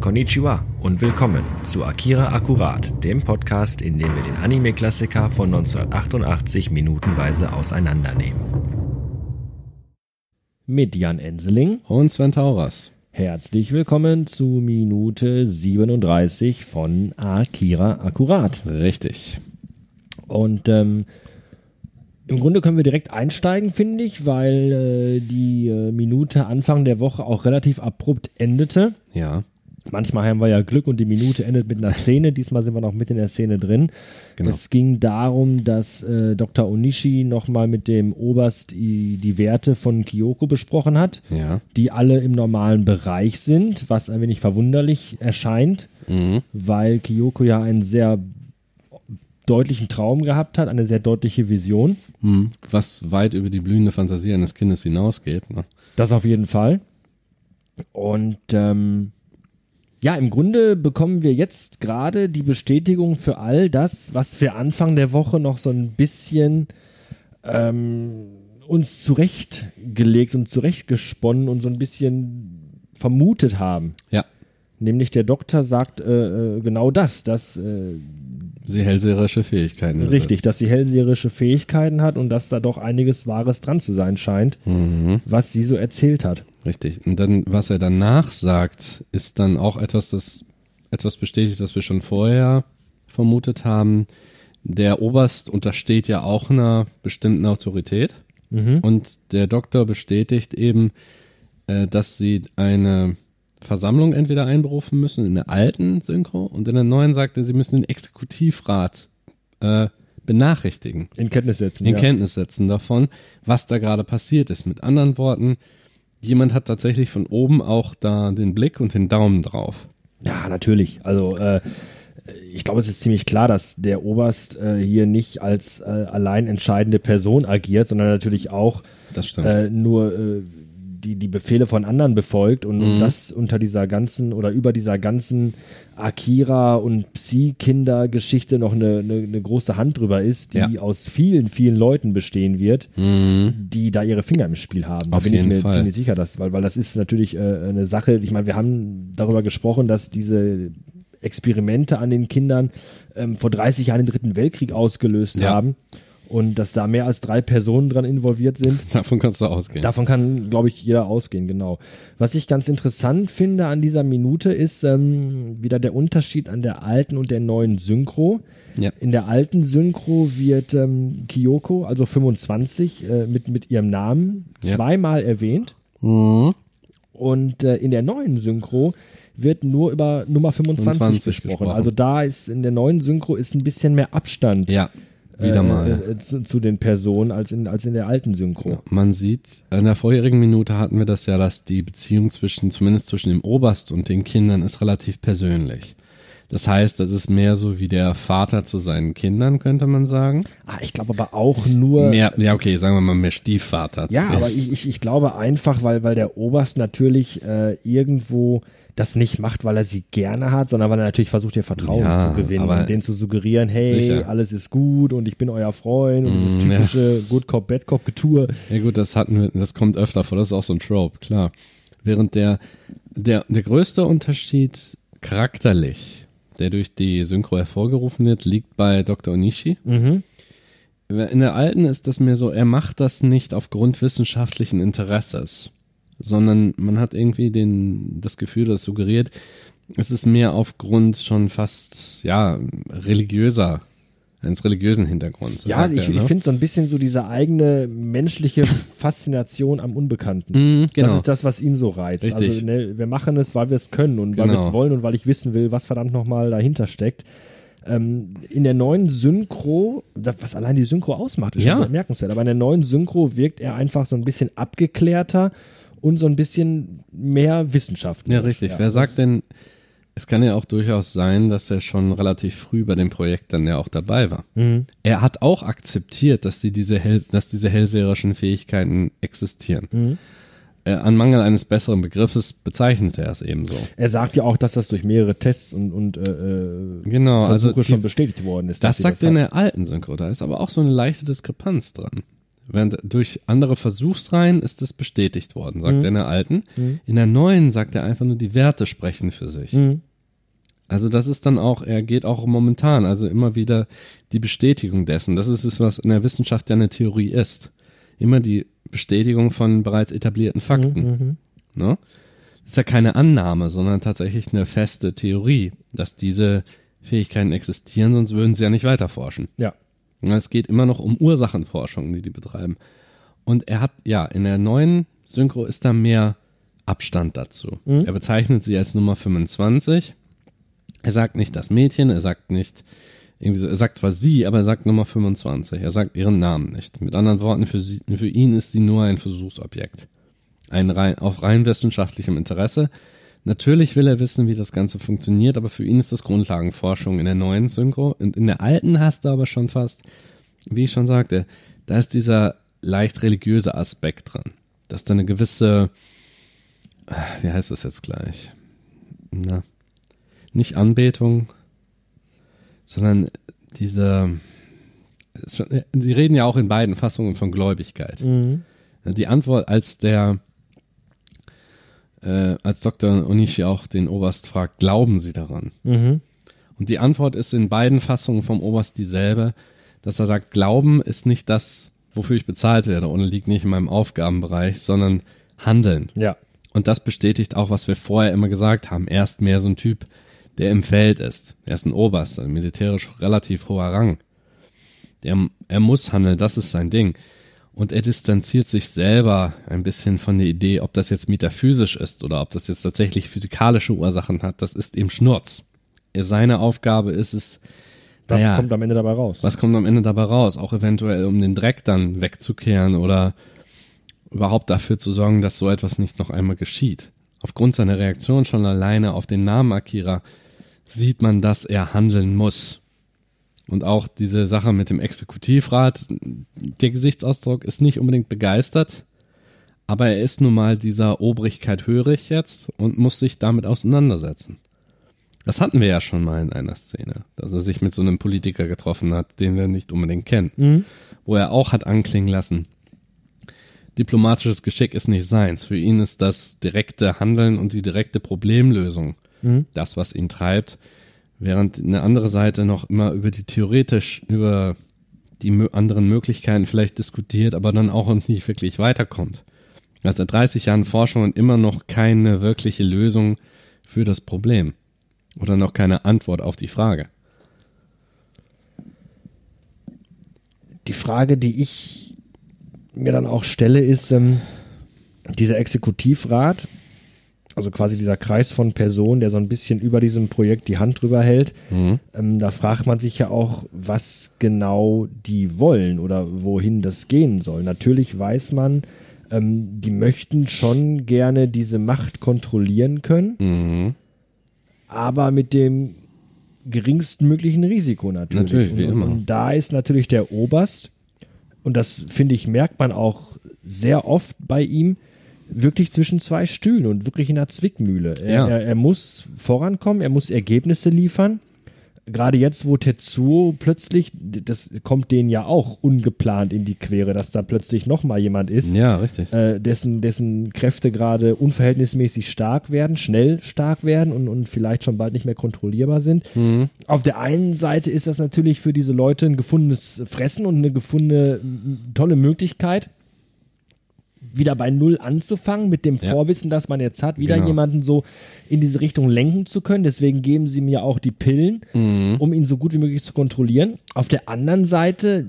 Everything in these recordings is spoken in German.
Konnichiwa und willkommen zu Akira Akkurat, dem Podcast, in dem wir den Anime-Klassiker von 1988 minutenweise auseinandernehmen. Mit Jan Enseling Und Sven Tauras. herzlich willkommen zu Minute 37 von Akira Akkurat. Richtig. Und ähm, im Grunde können wir direkt einsteigen, finde ich, weil äh, die äh, Minute Anfang der Woche auch relativ abrupt endete. Ja. Manchmal haben wir ja Glück und die Minute endet mit einer Szene. Diesmal sind wir noch mit in der Szene drin. Genau. Es ging darum, dass äh, Dr. Onishi nochmal mit dem Oberst i- die Werte von Kyoko besprochen hat, Ja. die alle im normalen Bereich sind, was ein wenig verwunderlich erscheint, weil Kyoko ja einen sehr deutlichen Traum gehabt hat, eine sehr deutliche Vision. Hm. Was weit über die blühende Fantasie eines Kindes hinausgeht. Ne? Das auf jeden Fall. Und ähm, ja, im Grunde bekommen wir jetzt gerade die Bestätigung für all das, was wir Anfang der Woche noch so ein bisschen ähm, uns zurechtgelegt und zurechtgesponnen und so ein bisschen vermutet haben. Ja. Nämlich der Doktor sagt äh, äh, genau das, dass äh, Sie hellseherische Fähigkeiten. besitzt. Richtig, dass sie hellseherische Fähigkeiten hat und dass da doch einiges Wahres dran zu sein scheint, Mhm. was sie so erzählt hat. Richtig. Und dann, was er danach sagt, ist dann auch etwas, das etwas bestätigt, das wir schon vorher vermutet haben. Der Oberst untersteht ja auch einer bestimmten Autorität. Und der Doktor bestätigt eben, äh, dass sie eine Versammlung entweder einberufen müssen in der alten Synchro und in der neuen sagt er, sie müssen den Exekutivrat äh, benachrichtigen In Kenntnis setzen. in ja. Kenntnis setzen davon, was da gerade passiert ist. Mit anderen Worten, jemand hat tatsächlich von oben auch da den Blick und den Daumen drauf. ja, natürlich. Also äh, ich glaube, es ist ziemlich klar, dass der Oberst äh, hier nicht als äh, allein entscheidende Person agiert, sondern natürlich auch Das stimmt. äh, nur äh, die, die Befehle von anderen befolgt und, Mhm. und das unter dieser ganzen oder über dieser ganzen Akira- und Psi-Kinder-Geschichte noch eine, eine, eine große Hand drüber ist, die Ja. Mhm. aus vielen, vielen Leuten bestehen wird, die da ihre Finger im Spiel haben. Da Auf bin ich jeden mir Fall. ziemlich sicher, dass, weil, weil das ist natürlich äh, eine Sache, ich meine, wir haben darüber gesprochen, dass diese Experimente an den Kindern ähm, vor 30 Jahren den Dritten Weltkrieg ausgelöst Ja. haben. Und dass da mehr als drei Personen dran involviert sind. Davon kannst du ausgehen. Davon kann, glaube ich, jeder ausgehen, genau. Was ich ganz interessant finde an dieser Minute ist ähm, wieder der Unterschied an der alten und der neuen Synchro. Ja. In der alten Synchro wird ähm, Kyoko, also 25, äh, mit, mit ihrem Namen Ja. zweimal erwähnt. Mhm. Und äh, in der neuen Synchro wird nur über Nummer 25, 25 gesprochen. gesprochen. Also da ist in der neuen Synchro ist ein bisschen mehr Abstand ja, wieder äh, mal. äh, zu, zu den Personen als in, als in der alten Synchro. Man sieht, in der vorherigen Minute hatten wir das ja, dass die Beziehung zwischen, zumindest zwischen dem Oberst und den Kindern, ist relativ persönlich. Das heißt, das ist mehr so wie der Vater zu seinen Kindern, könnte man sagen. Ah, ich glaube aber auch nur. Mehr, ja, okay, sagen wir mal mehr Stiefvater. Äh, ja, aber ich, ich, ich glaube einfach, weil, weil der Oberst natürlich äh, irgendwo das nicht macht, weil er sie gerne hat, sondern weil er natürlich versucht, ihr Vertrauen Ja, zu gewinnen aber- und denen zu suggerieren, hey, Sicher. alles ist gut und ich bin euer Freund und dieses Mm, ja. typische Good Cop, Bad Cop Getue. Ja gut, das hatten wir, das kommt öfter vor, das ist auch so ein Trope, klar. Während der, der, der größte Unterschied charakterlich, der durch die Synchro hervorgerufen wird, liegt bei Dr. Onishi. Mhm. In der alten ist das mehr so, er macht das nicht aufgrund wissenschaftlichen Interesses, sondern man hat irgendwie den, das Gefühl, das suggeriert, es ist mehr aufgrund schon fast, ja, religiöser, eines religiösen Hintergrunds. Ja, sagt ich, er, ne? ich finde so ein bisschen so diese eigene menschliche Faszination am Unbekannten. Mm, genau. Das ist das, was ihn so reizt. Richtig. Also ne, wir machen es, weil wir es können und weil wir Genau. es wollen und weil ich wissen will, was verdammt nochmal dahinter steckt. Ähm, in der neuen Synchro, das, was allein die Synchro ausmacht, ist Ja. schon bemerkenswert, aber in der neuen Synchro wirkt er einfach so ein bisschen abgeklärter und so ein bisschen mehr Wissenschaft. Ja, richtig. Wer sagt denn, es kann ja auch durchaus sein, dass er schon relativ früh bei dem Projekt dann ja auch dabei war. Er hat auch akzeptiert, dass, sie diese, hell, dass diese hellseherischen Fähigkeiten existieren. Äh, an Mangel eines besseren Begriffes bezeichnete er es ebenso. Er sagt ja auch, dass das durch mehrere Tests und, und äh, äh, Genau, Versuche also die- schon bestätigt worden ist. dass das sie sagt das er in hat. der alten Synchro, da ist aber auch so eine leichte Diskrepanz dran. Während durch andere Versuchsreihen ist es bestätigt worden, sagt er in der alten. In der neuen sagt er einfach nur, die Werte sprechen für sich. Mhm. Also das ist dann auch, er geht auch momentan, also immer wieder die Bestätigung dessen. Das ist es, was in der Wissenschaft ja eine Theorie ist. Immer die Bestätigung von bereits etablierten Fakten. Ne? Das ist ja keine Annahme, sondern tatsächlich eine feste Theorie, dass diese Fähigkeiten existieren, sonst würden sie ja nicht weiter forschen. Ja. Ja, Es geht immer noch um Ursachenforschung, die die betreiben. Und er hat, ja, in der neuen Synchro ist da mehr Abstand dazu. Er bezeichnet sie als Nummer 25. Er sagt nicht das Mädchen, er sagt nicht, irgendwie so, er sagt zwar sie, aber er sagt Nummer 25. Er sagt ihren Namen nicht. Mit anderen Worten, für, sie, für ihn ist sie nur ein Versuchsobjekt. Ein rein, auf rein wissenschaftlichem Interesse. Natürlich will er wissen, wie das Ganze funktioniert, aber für ihn ist das Grundlagenforschung in der neuen Synchro. Und in der alten hast du aber schon fast, wie ich schon sagte, da ist dieser leicht religiöse Aspekt dran. Dass da eine gewisse, äh, wie heißt das jetzt gleich? Na, nicht Anbetung, sondern diese, ist schon- äh, sie reden ja auch in beiden Fassungen von Gläubigkeit. Die Antwort, als der, äh, als Dr. Onishi auch den Oberst fragt, glauben Sie daran? Und die Antwort ist in beiden Fassungen vom Oberst dieselbe, dass er sagt, Glauben ist nicht das, wofür ich bezahlt werde und liegt nicht in meinem Aufgabenbereich, sondern Handeln. Ja. Und das bestätigt auch, was wir vorher immer gesagt haben. Er ist mehr so ein Typ, der im Feld ist. Er ist ein Oberst, ein militärisch relativ hoher Rang. Der, er muss handeln, das ist sein Ding. Und er distanziert sich selber ein bisschen von der Idee, ob das jetzt metaphysisch ist oder ob das jetzt tatsächlich physikalische Ursachen hat. Das ist ihm Schnurz. Er- Seine Aufgabe ist es, Was naja, kommt am Ende dabei raus? was kommt am Ende dabei raus? Auch eventuell, um den Dreck dann wegzukehren oder überhaupt dafür zu sorgen, dass so etwas nicht noch einmal geschieht. Aufgrund seiner Reaktion schon alleine auf den Namen Akira sieht man, dass er handeln muss. Und auch diese Sache mit dem Exekutivrat, der Gesichtsausdruck ist nicht unbedingt begeistert, aber er ist nun mal dieser Obrigkeit hörig jetzt und muss sich damit auseinandersetzen. Das hatten wir ja schon mal in einer Szene, dass er sich mit so einem Politiker getroffen hat, den wir nicht unbedingt kennen, Mhm. wo er auch hat anklingen lassen. Diplomatisches Geschick ist nicht seins. Für ihn ist das direkte Handeln und die direkte Problemlösung Mhm. das, was ihn treibt, während eine andere Seite noch immer über die theoretisch über die mö- anderen Möglichkeiten vielleicht diskutiert, aber dann auch nicht wirklich weiterkommt. Dass seit 30 Jahren Forschung und immer noch keine wirkliche Lösung für das Problem oder noch keine Antwort auf die Frage. die Frage, die ich mir dann auch stelle, ist ähm, dieser Exekutivrat, also quasi dieser Kreis von Personen, der so ein bisschen über diesem Projekt die Hand drüber hält. Mhm. Ähm, da fragt man sich ja auch, was genau die wollen oder wohin das gehen soll. Natürlich weiß man, ähm, die möchten schon gerne diese Macht kontrollieren können, Mhm. aber mit dem geringstmöglichen Risiko natürlich. Natürlich, wie und, immer. und da ist natürlich der Oberst, und das finde ich, merkt man auch sehr oft bei ihm, wirklich zwischen zwei Stühlen und wirklich in einer Zwickmühle. Er, Ja. er, er muss vorankommen, er muss Ergebnisse liefern. Gerade jetzt, wo Tetsuo plötzlich, das kommt denen ja auch ungeplant in die Quere, dass da plötzlich nochmal jemand ist, Ja, richtig. äh, dessen, dessen Kräfte gerade unverhältnismäßig stark werden, schnell stark werden und, und vielleicht schon bald nicht mehr kontrollierbar sind. Auf der einen Seite ist das natürlich für diese Leute ein gefundenes Fressen und eine gefundene m, tolle Möglichkeit, wieder bei Null anzufangen, mit dem Ja. Vorwissen, das man jetzt hat, wieder Genau. jemanden so in diese Richtung lenken zu können. Deswegen geben sie mir auch die Pillen, Mhm. um ihn so gut wie möglich zu kontrollieren. Auf der anderen Seite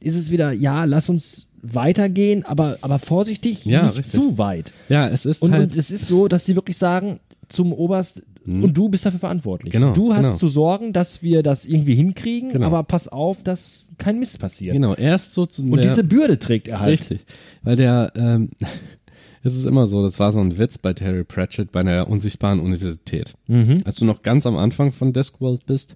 ist es wieder, ja, lass uns weitergehen, aber, aber vorsichtig, Ja, nicht richtig. zu weit. Ja, es ist Und, halt. Mhm. und es ist so, dass sie wirklich sagen zum Oberst, und du bist dafür verantwortlich. Genau, du hast genau. zu sorgen, dass wir das irgendwie hinkriegen, Genau. aber pass auf, dass kein Mist passiert. genau, erst so zu Und der- diese Bürde trägt er halt. Richtig. Weil der, ähm, es ist immer so, das war so ein Witz bei Terry Pratchett bei einer unsichtbaren Universität. Als du noch ganz am Anfang von Discworld bist,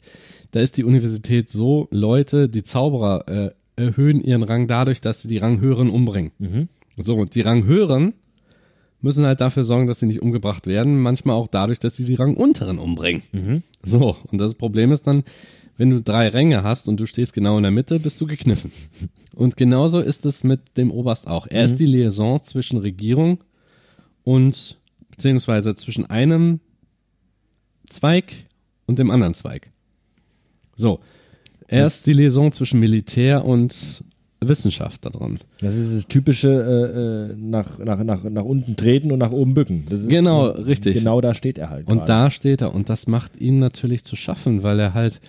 da ist die Universität so, Leute, die Zauberer äh, erhöhen ihren Rang dadurch, dass sie die Ranghöheren umbringen. So, und die Ranghöheren müssen halt dafür sorgen, dass sie nicht umgebracht werden. Manchmal auch dadurch, dass sie die Rangunteren umbringen. So, und das Problem ist dann, wenn du drei Ränge hast und du stehst genau in der Mitte, bist du gekniffen. Und genauso ist es mit dem Oberst auch. Er ist die Liaison zwischen Regierung und, beziehungsweise zwischen einem Zweig und dem anderen Zweig. So, er ist die Liaison zwischen Militär und Wissenschaft da dran. Das ist das typische äh, äh, nach, nach, nach, nach unten treten und nach oben bücken. Das ist Genau, richtig. Genau da steht er halt. Und gerade. da steht er. Und das macht ihm natürlich zu schaffen, weil er halt.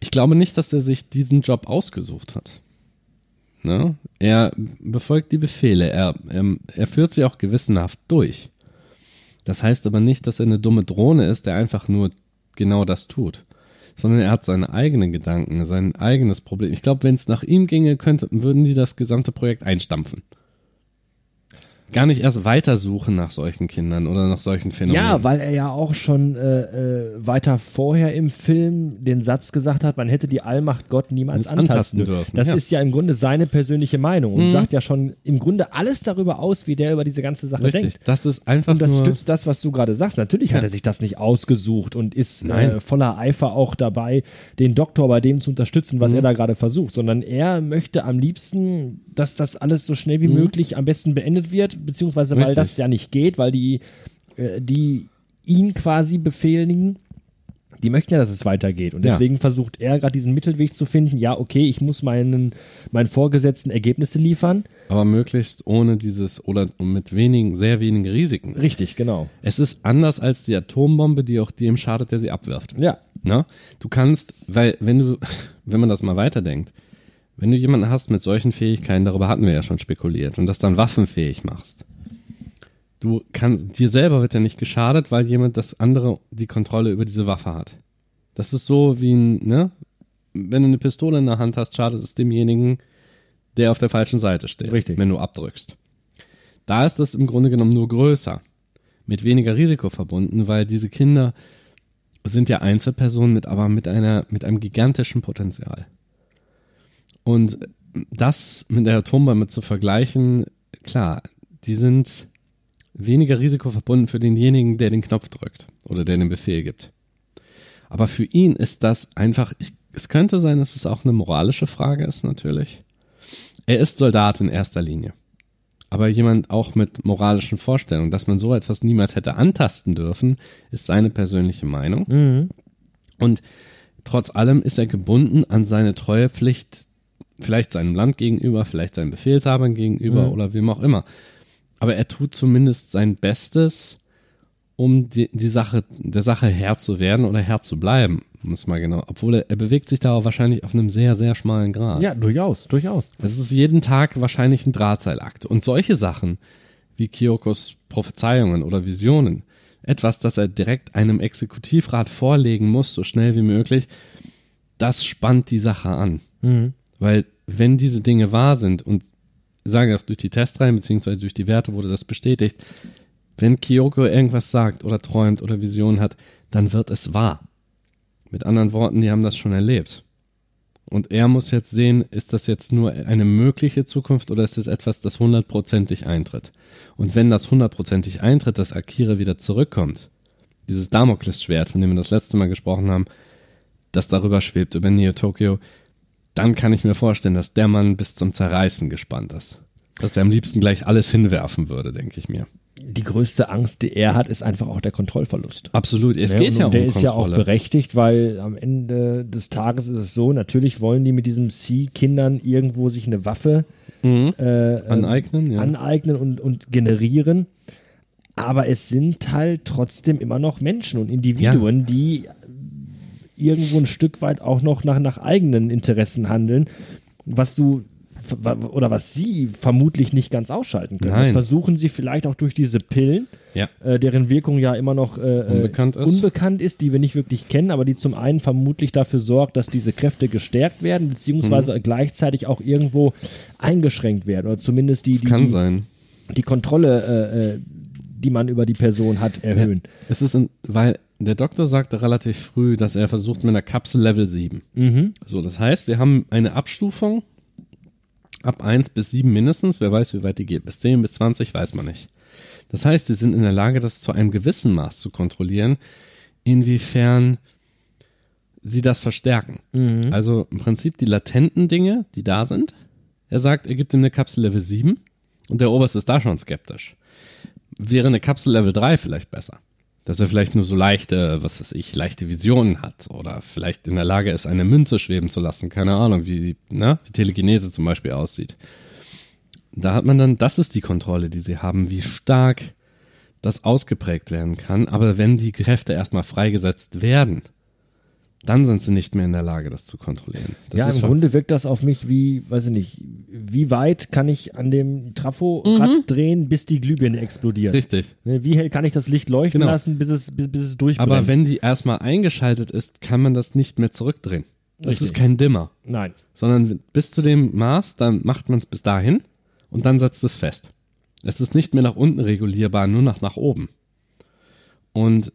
Ich glaube nicht, dass er sich diesen Job ausgesucht hat. Ne? Er befolgt die Befehle. Er, ähm, er führt sie auch gewissenhaft durch. Das heißt aber nicht, dass er eine dumme Drohne ist, der einfach nur genau das tut. Sondern er hat seine eigenen Gedanken, sein eigenes Problem. Ich glaube, wenn es nach ihm ginge, könnte, würden die das gesamte Projekt einstampfen. Gar nicht erst weitersuchen nach solchen Kindern oder nach solchen Phänomenen. ja, weil er ja auch schon äh, äh, weiter vorher im Film den Satz gesagt hat, man hätte die Allmacht Gott niemals Nicht antasten, antasten dürfen. dürfen, Das ja. Mhm. ist ja im Grunde seine persönliche Meinung und sagt ja schon im Grunde alles darüber aus, wie der über diese ganze Sache Richtig, denkt. das ist einfach Und das nur, stützt das, was du gerade sagst. Natürlich hat Ja. er sich das nicht ausgesucht und ist äh, Nein. voller Eifer auch dabei, den Doktor bei dem zu unterstützen, was er da gerade versucht, sondern er möchte am liebsten, dass das alles so schnell wie möglich am besten beendet wird, beziehungsweise weil Richtig. das ja nicht geht, weil die, äh, die ihn quasi befehligen. Die möchten ja, dass es weitergeht. Und Ja. deswegen versucht er gerade diesen Mittelweg zu finden. Ja, okay, ich muss meinen, meinen Vorgesetzten Ergebnisse liefern. aber möglichst ohne dieses oder mit wenigen, sehr wenigen Risiken. Richtig, genau. Es ist anders als die Atombombe, die auch dem schadet, der sie abwirft. Ja. Ne? Du kannst, weil wenn du, wenn man das mal weiterdenkt, wenn du jemanden hast mit solchen Fähigkeiten, darüber hatten wir ja schon spekuliert, und das dann waffenfähig machst, du kannst, dir selber wird ja nicht geschadet, weil jemand das andere die Kontrolle über diese Waffe hat. Das ist so wie ein, ne? Wenn du eine Pistole in der Hand hast, schadet es demjenigen, der auf der falschen Seite steht, Richtig. wenn du abdrückst. Da ist das im Grunde genommen nur größer, mit weniger Risiko verbunden, weil diese Kinder sind ja Einzelpersonen mit, aber mit einer, mit einem gigantischen Potenzial. Und das mit der Atombombe zu vergleichen, klar, die sind weniger Risiko verbunden für denjenigen, der den Knopf drückt oder der den Befehl gibt. Aber für ihn ist das einfach, ich, es könnte sein, dass es auch eine moralische Frage ist, natürlich. Er ist Soldat in erster Linie. Aber jemand auch mit moralischen Vorstellungen, dass man so etwas niemals hätte antasten dürfen, ist seine persönliche Meinung. Und trotz allem ist er gebunden an seine Treuepflicht, vielleicht seinem Land gegenüber, vielleicht seinen Befehlshabern gegenüber oder wem auch immer. Aber er tut zumindest sein Bestes, um die, die Sache, der Sache Herr zu werden oder Herr zu bleiben, muss mal genau. Obwohl er, er bewegt sich da auch wahrscheinlich auf einem sehr, sehr schmalen Grad. Ja, durchaus, durchaus. Das ist jeden Tag wahrscheinlich ein Drahtseilakt. Und solche Sachen wie Kyokos Prophezeiungen oder Visionen, etwas, das er direkt einem Exekutivrat vorlegen muss, so schnell wie möglich, das spannt die Sache an. Weil wenn diese Dinge wahr sind und sagen wir auch durch die Testreihen beziehungsweise durch die Werte wurde das bestätigt, wenn Kyoko irgendwas sagt oder träumt oder Visionen hat, dann wird es wahr. Mit anderen Worten, die haben das schon erlebt. Und er muss jetzt sehen, ist das jetzt nur eine mögliche Zukunft oder ist es etwas, das hundertprozentig eintritt? Und wenn das hundertprozentig eintritt, dass Akira wieder zurückkommt, dieses Damoklesschwert, von dem wir das letzte Mal gesprochen haben, das darüber schwebt über Neo Tokyo, dann kann ich mir vorstellen, dass der Mann bis zum Zerreißen gespannt ist. Dass er am liebsten gleich alles hinwerfen würde, denke ich mir. die größte Angst, die er hat, ist einfach auch der Kontrollverlust. Absolut, es Ne? geht und ja um der ist ja auch Kontrolle. berechtigt, weil am Ende des Tages ist es so, natürlich wollen die mit diesem C-Kindern irgendwo sich eine Waffe mhm. äh, äh, Aneignen, ja. aneignen und, und generieren. Aber es sind halt trotzdem immer noch Menschen und Individuen, die irgendwo ein Stück weit auch noch nach, nach eigenen Interessen handeln, was du oder was sie vermutlich nicht ganz ausschalten können. Das Nein. versuchen sie vielleicht auch durch diese Pillen, ja. äh, deren Wirkung ja immer noch äh, Unbekannt äh, ist. unbekannt ist, die wir nicht wirklich kennen, aber die zum einen vermutlich dafür sorgt, dass diese Kräfte gestärkt werden, Mhm. beziehungsweise gleichzeitig auch irgendwo eingeschränkt werden oder zumindest die, Es kann die, sein. die Kontrolle, äh, äh, die man über die Person hat, erhöhen. Es ist, ein, weil der Doktor sagte relativ früh, dass er versucht mit einer Kapsel Level 7. So, das heißt, wir haben eine Abstufung ab 1 bis 7 mindestens. Wer weiß, wie weit die geht. Bis 10, bis 20 weiß man nicht. Das heißt, sie sind in der Lage, das zu einem gewissen Maß zu kontrollieren, inwiefern sie das verstärken. Also im Prinzip die latenten Dinge, die da sind. Er sagt, er gibt ihm eine Kapsel Level 7 und der Oberst ist da schon skeptisch. Wäre eine Kapsel Level 3 vielleicht besser. Dass er vielleicht nur so leichte, was weiß ich, leichte Visionen hat oder vielleicht in der Lage ist, eine Münze schweben zu lassen. Keine Ahnung, wie, ne, wie Telekinese zum Beispiel aussieht. Da hat man dann, das ist die Kontrolle, die sie haben, wie stark das ausgeprägt werden kann. Aber wenn die Kräfte erstmal freigesetzt werden, dann sind sie nicht mehr in der Lage, das zu kontrollieren. Das ja, ist im ver- Grunde wirkt das auf mich wie, weiß ich nicht, wie weit kann ich an dem Trafo-Rad drehen, bis die Glühbirne explodiert? Mhm. richtig. Ne, Wie hell kann ich das Licht leuchten Genau. lassen, bis es, bis, bis es durchbrennt? Aber wenn die erstmal eingeschaltet ist, kann man das nicht mehr zurückdrehen. Das Richtig. ist kein Dimmer, Nein. sondern bis zu dem Maß, dann macht man es bis dahin und dann setzt es fest. Es ist nicht mehr nach unten regulierbar, nur noch nach oben. Und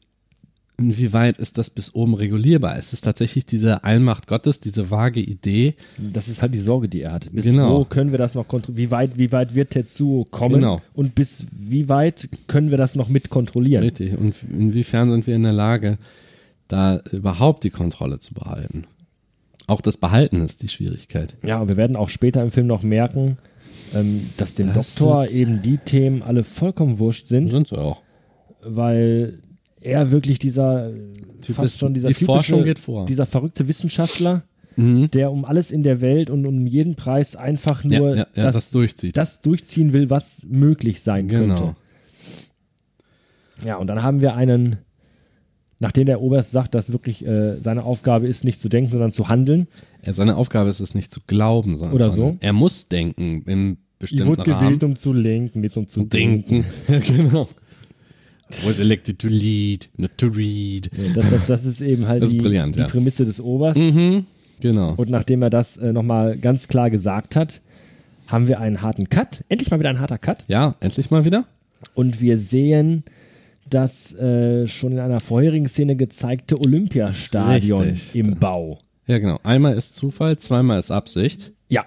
inwieweit ist das bis oben regulierbar? Es ist tatsächlich diese Allmacht Gottes, diese vage Idee, Das ist halt die Sorge, die er hat. Bis Genau. wo können wir das noch kontrollieren? Wie weit, wie weit wird Tetsuo kommen? Genau. Und bis wie weit können wir das noch mit kontrollieren? Richtig. Und inwiefern sind wir in der Lage, da überhaupt die Kontrolle zu behalten? Auch das Behalten ist die Schwierigkeit. Ja, und wir werden auch später im Film noch merken, ähm, dass dem Das Doktor wird's. eben die Themen alle vollkommen wurscht sind, Sind sie auch. weil er wirklich dieser äh, Typ fast ist- schon dieser die typische, Forschung geht vor. Mhm. dieser verrückte Wissenschaftler, der um alles in der Welt und um jeden Preis einfach Ja, nur ja, ja, das, das, durchzieht. das durchziehen will, was möglich sein genau. könnte. Ja, und dann haben wir einen, nachdem der Oberst sagt, dass wirklich äh, seine Aufgabe ist, nicht zu denken, sondern zu handeln. Ja, seine Aufgabe ist es nicht zu glauben, sondern Oder zu so. handeln. Er muss denken im Ich bestimmten wurde Rahmen. gewählt, um zu lenken, nicht um zu denken. denken. ja, genau. Was elected to lead, not to read. Das, das, das ist eben halt Das ist die, brillant, die ja. Prämisse des Obersts. Mhm. Genau. Und nachdem er das äh, nochmal ganz klar gesagt hat, haben wir einen harten Cut. Endlich mal wieder ein harter Cut. Ja, endlich mal wieder. Und wir sehen das äh, schon in einer vorherigen Szene gezeigte Olympiastadion Richtig. im Bau. Ja, genau. Einmal ist Zufall, zweimal ist Absicht. Ja.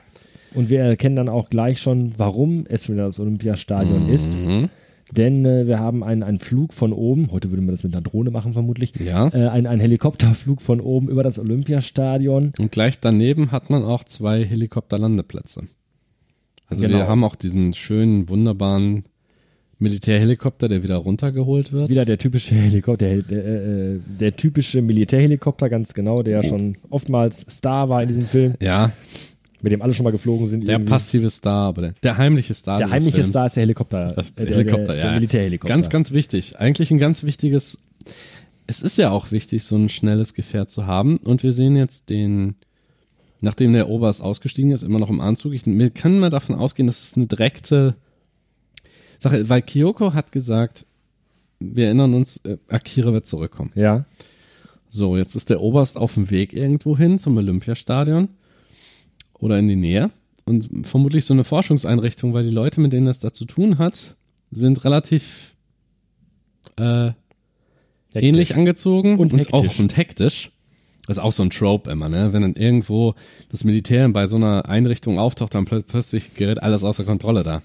Und wir erkennen dann auch gleich schon, warum es wieder das Olympiastadion Mhm. ist. Denn äh, wir haben einen, einen Flug von oben, heute würde man das mit einer Drohne machen vermutlich, Ja. äh, einen, einen Helikopterflug von oben über das Olympiastadion. Und gleich daneben hat man auch zwei Helikopterlandeplätze. Also Genau. wir haben auch diesen schönen, wunderbaren Militärhelikopter, der wieder runtergeholt wird. Wieder der typische Helikopter, der, Hel- äh, äh, der typische Militärhelikopter, ganz genau, der Mhm. schon oftmals Star war in diesem Film, ja, mit dem alle schon mal geflogen sind. der irgendwie. passive Star, aber der, der heimliche Star. Mhm. Der dieses heimliche Films. Star ist der Helikopter. Das äh, der, Helikopter, der, ja. Der Militärhelikopter. Ganz, genau. ganz wichtig. Eigentlich ein ganz wichtiges. Es ist ja auch wichtig, so ein schnelles Gefährt zu haben. Und wir sehen jetzt den, nachdem der Oberst ausgestiegen ist, immer noch im Anzug. Ich, wir können mal davon ausgehen, dass es eine direkte Sache, weil Kyoko hat gesagt, wir erinnern uns, äh, Akira wird zurückkommen. Ja. So, jetzt ist der Oberst auf dem Weg irgendwo hin zum Olympiastadion oder in die Nähe. Und vermutlich so eine Forschungseinrichtung, weil die Leute, mit denen das da zu tun hat, sind relativ äh, ähnlich angezogen Und hektisch. auch und hektisch. Das ist auch so ein Trope immer, ne? Wenn dann irgendwo das Militär bei so einer Einrichtung auftaucht, dann plö- plötzlich gerät alles außer Kontrolle da.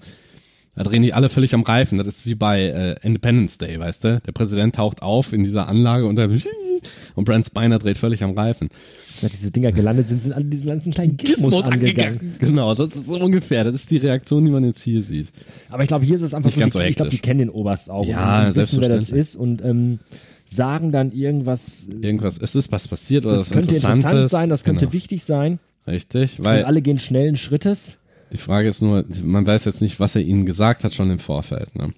Da drehen die alle völlig am Reifen. Das ist wie bei äh, Independence Day, weißt du? Der Präsident taucht auf in dieser Anlage und dann und Brent Spiner dreht völlig am Reifen. Seit diese Dinger gelandet sind, sind alle diesen ganzen kleinen Gizmos, angegangen. Genau, das ist so ungefähr. Das ist die Reaktion, die man jetzt hier sieht. Aber ich glaube, hier ist es einfach Nicht so, ganz die, so ich glaube, die hektisch. kennen den Oberst auch. Ja, und wissen, wer das selbstverständlich. ist und ähm, sagen dann irgendwas, Irgendwas, es ist was passiert oder das was könnte Interessantes. interessant sein, das könnte genau. wichtig sein. Richtig, Und weil alle gehen schnellen Schrittes. Die Frage ist nur, man weiß jetzt nicht, was er ihnen gesagt hat schon im Vorfeld. Ne?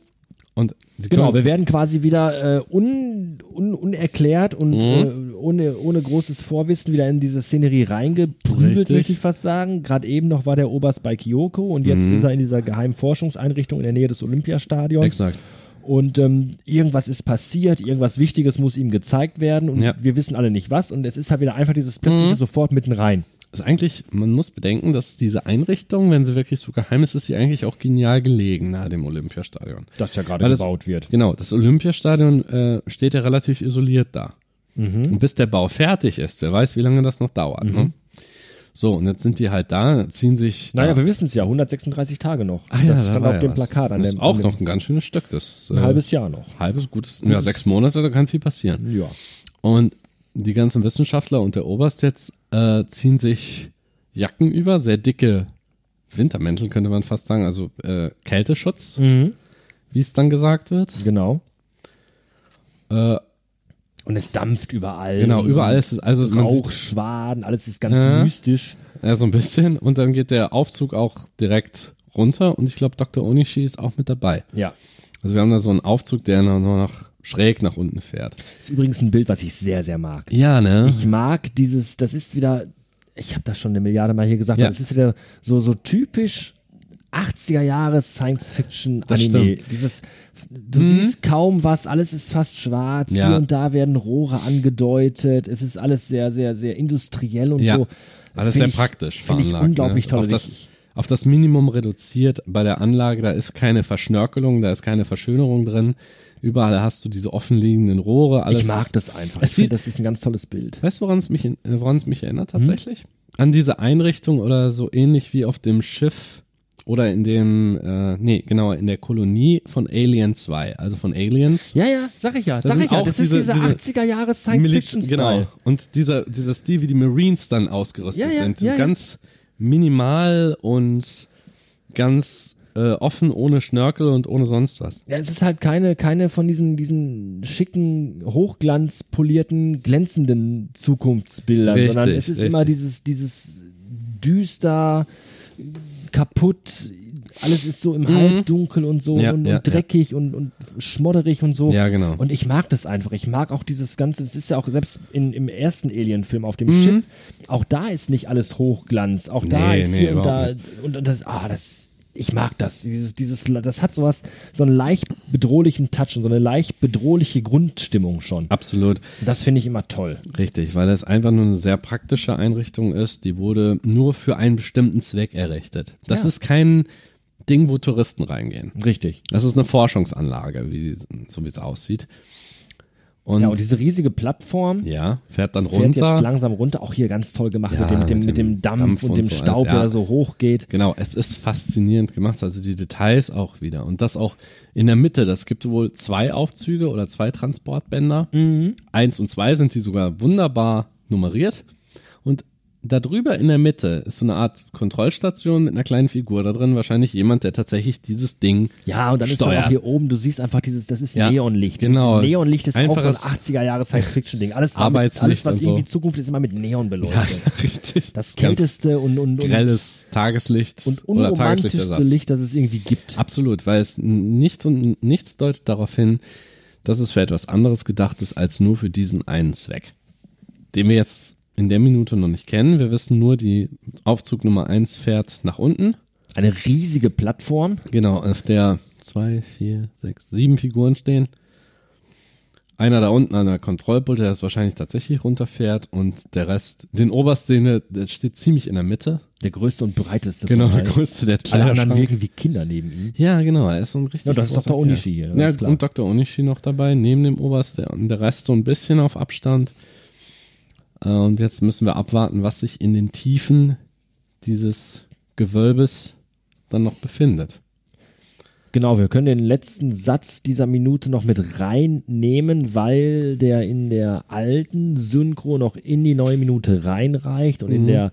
Und sie Genau, können, wir werden quasi wieder äh, un, un, unerklärt und Mhm. äh, ohne, ohne großes Vorwissen wieder in diese Szenerie reingeprügelt, Richtig. möchte ich fast sagen. Gerade eben noch war der Oberst bei Kyoko und jetzt Mhm. ist er in dieser geheimen Forschungseinrichtung in der Nähe des Olympiastadions. exakt. Und ähm, irgendwas ist passiert, irgendwas Wichtiges muss ihm gezeigt werden und Ja. Mhm. wir wissen alle nicht was. Und es ist halt wieder einfach dieses plötzliche sofort mitten rein. Ist eigentlich, man muss bedenken, dass diese Einrichtung, wenn sie wirklich so geheim ist, ist sie eigentlich auch genial gelegen nahe dem Olympiastadion. Das ja gerade Weil das- gebaut wird. Genau, das Olympiastadion äh, steht ja relativ Mhm. isoliert da. Und bis der Bau fertig ist, wer weiß, wie lange das noch dauert. Ne? So, und jetzt sind die halt da, ziehen sich. Naja, da. wir wissen es Mhm. ja, 136 Tage noch. Ah ja, das da stand war auf ja dem was. Plakat. An Das ist dem, auch an dem, noch ein ganz schönes Stück. Das, äh, ein halbes Jahr noch. halbes gutes, ja, sechs Monate, da kann viel passieren. Ja. Und die ganzen Wissenschaftler und der Oberst jetzt äh, ziehen sich Jacken über, sehr dicke Wintermäntel könnte man fast sagen, also äh, Kälteschutz, Mhm. wie es dann gesagt wird. Genau. Äh, Und es dampft überall. genau, überall ist es, also man sieht Rauchschwaden, alles ist ganz Ja. mystisch. ja, so ein bisschen und dann geht der Aufzug auch direkt runter und ich glaube, Dr. Onishi ist auch mit dabei. Ja. Also wir haben da so einen Aufzug, der noch, nur noch schräg nach unten fährt. Ist übrigens ein Bild, was ich sehr, sehr mag. Ja, ne? Ich mag dieses, das ist wieder, ich habe das schon eine Milliarde Mal hier gesagt, Ja. aber das ist wieder so, so typisch 80er Jahre Das Mhm. Science-Fiction-Anime. Dieses, du siehst kaum was, alles ist fast schwarz, Ja. hier und da werden Rohre angedeutet, es ist alles sehr, sehr, sehr industriell und Ja. so. Alles Find sehr ich- praktisch. Finde ich veranlagt, unglaublich ne? toll. Auf Also das, auf das Minimum reduziert bei der Anlage, da ist keine Verschnörkelung, da ist keine Verschönerung drin. Überall hast du diese offenliegenden Rohre. Alles ich, ich mag ist, das einfach. Es Ich finde, sieht- das ist ein ganz tolles Bild. Weißt du, woran es mich, in- äh, woran es mich erinnert Hm? tatsächlich? An diese Einrichtung oder so ähnlich wie auf dem Schiff oder in dem, äh, nee, genau, in der Kolonie von Alien 2, also von Aliens. Ja, ja, sag ich ja. Das Sag sind ich ja. auch Das diese- ist dieser diese 80er Jahre Science-Fiction-Style. Genau. Und dieser, dieser Stil, wie die Marines dann ausgerüstet Ja, ja, sind. Diese ja, ja. ganz minimal und ganz äh, offen, ohne Schnörkel und ohne sonst was. Ja, es ist halt keine, keine von diesen, diesen schicken, hochglanzpolierten, glänzenden Zukunftsbildern, Richtig, sondern es ist richtig. immer dieses, dieses düster, kaputt, alles ist so im Halbdunkel und so Mhm. Ja, und, ja, und dreckig und, und schmodderig und so. Ja, genau. Und ich mag das einfach. Ich mag auch dieses Ganze, es ist ja auch selbst in, im ersten Alien-Film auf dem Mhm. Schiff, auch da ist nicht alles Hochglanz. Auch da Nee, ist nee, hier und überhaupt da nicht. und das, ah, das, ich mag das. Dieses, dieses, das hat sowas, so einen leicht bedrohlichen Touch und so eine leicht bedrohliche Grundstimmung schon. Absolut. Das finde ich immer toll. Richtig, weil das einfach nur eine sehr praktische Einrichtung ist, die wurde nur für einen bestimmten Zweck errichtet. Das Ja. ist kein Ding, wo Touristen reingehen. Richtig. Das ist eine Forschungsanlage, wie, so wie es aussieht. Ja, Und ja, und diese riesige Plattform fährt dann fährt runter. jetzt langsam runter. Auch hier ganz toll gemacht Ja, mit, dem, mit, dem, mit dem Dampf, und dem so alles, Staub, ja. der so hoch geht. Genau, es ist faszinierend gemacht, also die Details auch wieder. Und das auch in der Mitte, das gibt wohl zwei Aufzüge oder zwei Transportbänder. Mhm. Eins und zwei sind die sogar wunderbar nummeriert. Und darüber in der Mitte ist so eine Art Kontrollstation mit einer kleinen Figur da drin, wahrscheinlich jemand, der tatsächlich dieses Ding Ja, und dann ist dann steuert. auch hier oben, du siehst einfach dieses, das ist Ja, Neonlicht. genau. Neonlicht ist auch Einfaches so ein 80er-Jahre-Science-Fiction-Ding. Alles, war mit- Arbeitslicht alles, was und so. irgendwie Zukunft ist, immer mit Neon ja, beleuchtet. richtig. Das ganz kälteste und, und, und grelles Tageslicht und oder Tageslichtersatz. unromantischste Licht, das es irgendwie gibt. Absolut, weil es n- nichts und nichts deutet darauf hin, dass es für etwas anderes gedacht ist als nur für diesen einen Zweck, den wir jetzt in der Minute noch nicht kennen. Wir wissen nur, die Aufzug Nummer 1 fährt nach unten. Eine riesige Plattform. Genau, auf der zwei, vier, sechs, sieben Figuren stehen. Einer da unten an der Kontrollpulte, der es wahrscheinlich tatsächlich runterfährt und der Rest, den Oberst sehen wir, der steht ziemlich in der Mitte. Der größte und breiteste Genau, von der allen. größte, der Alle anderen Kleiderschrank. wirken wie Kinder neben ihm. Ja, genau, er ist so ein richtig. Ja, das ist großer Dr. Onishi Kerl. hier, das ist Ja, klar. und Dr. Onishi noch dabei, neben dem Oberst, der, und der Rest so ein bisschen auf Abstand. Äh, Und jetzt müssen wir abwarten, was sich in den Tiefen dieses Gewölbes dann noch befindet. Genau, wir können den letzten Satz dieser Minute noch mit reinnehmen, weil der in der alten Synchro noch in die neue Minute reinreicht Mhm. und in der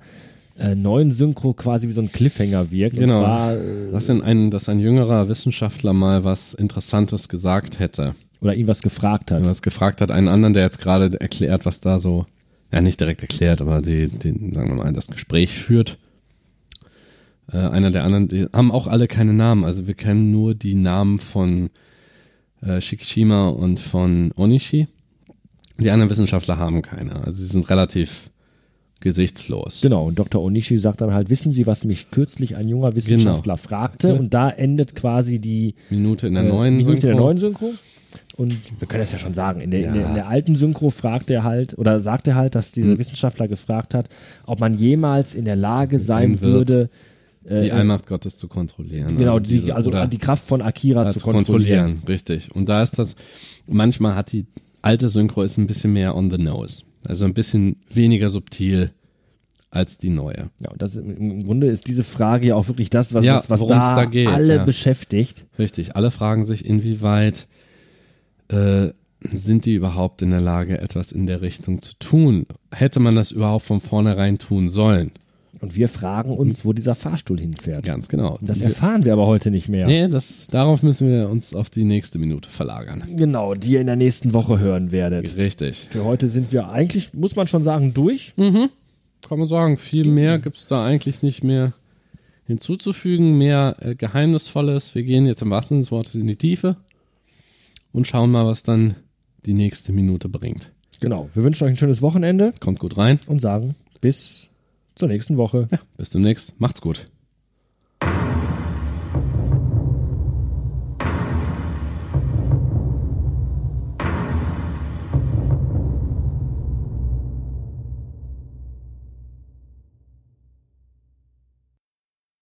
äh, neuen Synchro quasi wie so ein Cliffhanger wirkt. Genau. Und zwar, äh, Dass, in ein, dass ein jüngerer Wissenschaftler mal was Interessantes gesagt hätte. oder ihn was gefragt hat. Wenn man es gefragt hat, einen anderen, der jetzt gerade erklärt, was da so, ja nicht direkt erklärt, aber die, den, sagen wir mal, das Gespräch führt. Äh, einer der anderen, die haben auch alle keine Namen, also wir kennen nur die Namen von äh, Shikishima und von Onishi. Die anderen Wissenschaftler haben keine, also sie sind relativ gesichtslos. Genau, und Dr. Onishi sagt dann halt, wissen Sie, was mich kürzlich ein junger Genau. Wissenschaftler fragte? Und da endet quasi die Minute in der äh, neuen Minute der Synchro. neuen Synchro. Und wir können das ja schon sagen, in der, in, der, Ja. in der alten Synchro fragt er halt, oder sagt er halt, dass dieser Wissenschaftler gefragt hat, ob man jemals in der Lage sein Ein wird, würde, die äh, Allmacht Gottes zu kontrollieren. genau, die, diese- also oder- die Kraft von Akira zu kontrollieren. Richtig. Und da ist das, manchmal hat die alte Synchro ist ein bisschen mehr on the nose. Also ein bisschen weniger subtil als die neue. Ja, und das im, im Grunde ist diese Frage ja auch wirklich das, was, Ja, was, was worum's da, da geht, alle ja. beschäftigt. Richtig, alle fragen sich, inwieweit äh, sind die überhaupt in der Lage, etwas in der Richtung zu tun? Hätte man das überhaupt von vornherein tun sollen? Und wir fragen uns, wo dieser Fahrstuhl hinfährt. Ganz genau. Das erfahren Mhm. wir aber heute nicht mehr. nee, das, darauf müssen wir uns auf die nächste Minute verlagern. Genau, die ihr in der nächsten Woche hören werdet. Richtig. Für heute sind wir eigentlich, muss man schon sagen, durch. Kann man sagen, viel mehr gibt es da eigentlich nicht mehr hinzuzufügen, mehr äh, Geheimnisvolles. Wir gehen jetzt im wahrsten Sinne des Wortes in die Tiefe und schauen mal, was dann die nächste Minute bringt. Genau. Wir wünschen euch ein schönes Wochenende Kommt gut rein. und sagen bis zur nächsten Woche. Bis demnächst. Macht's gut.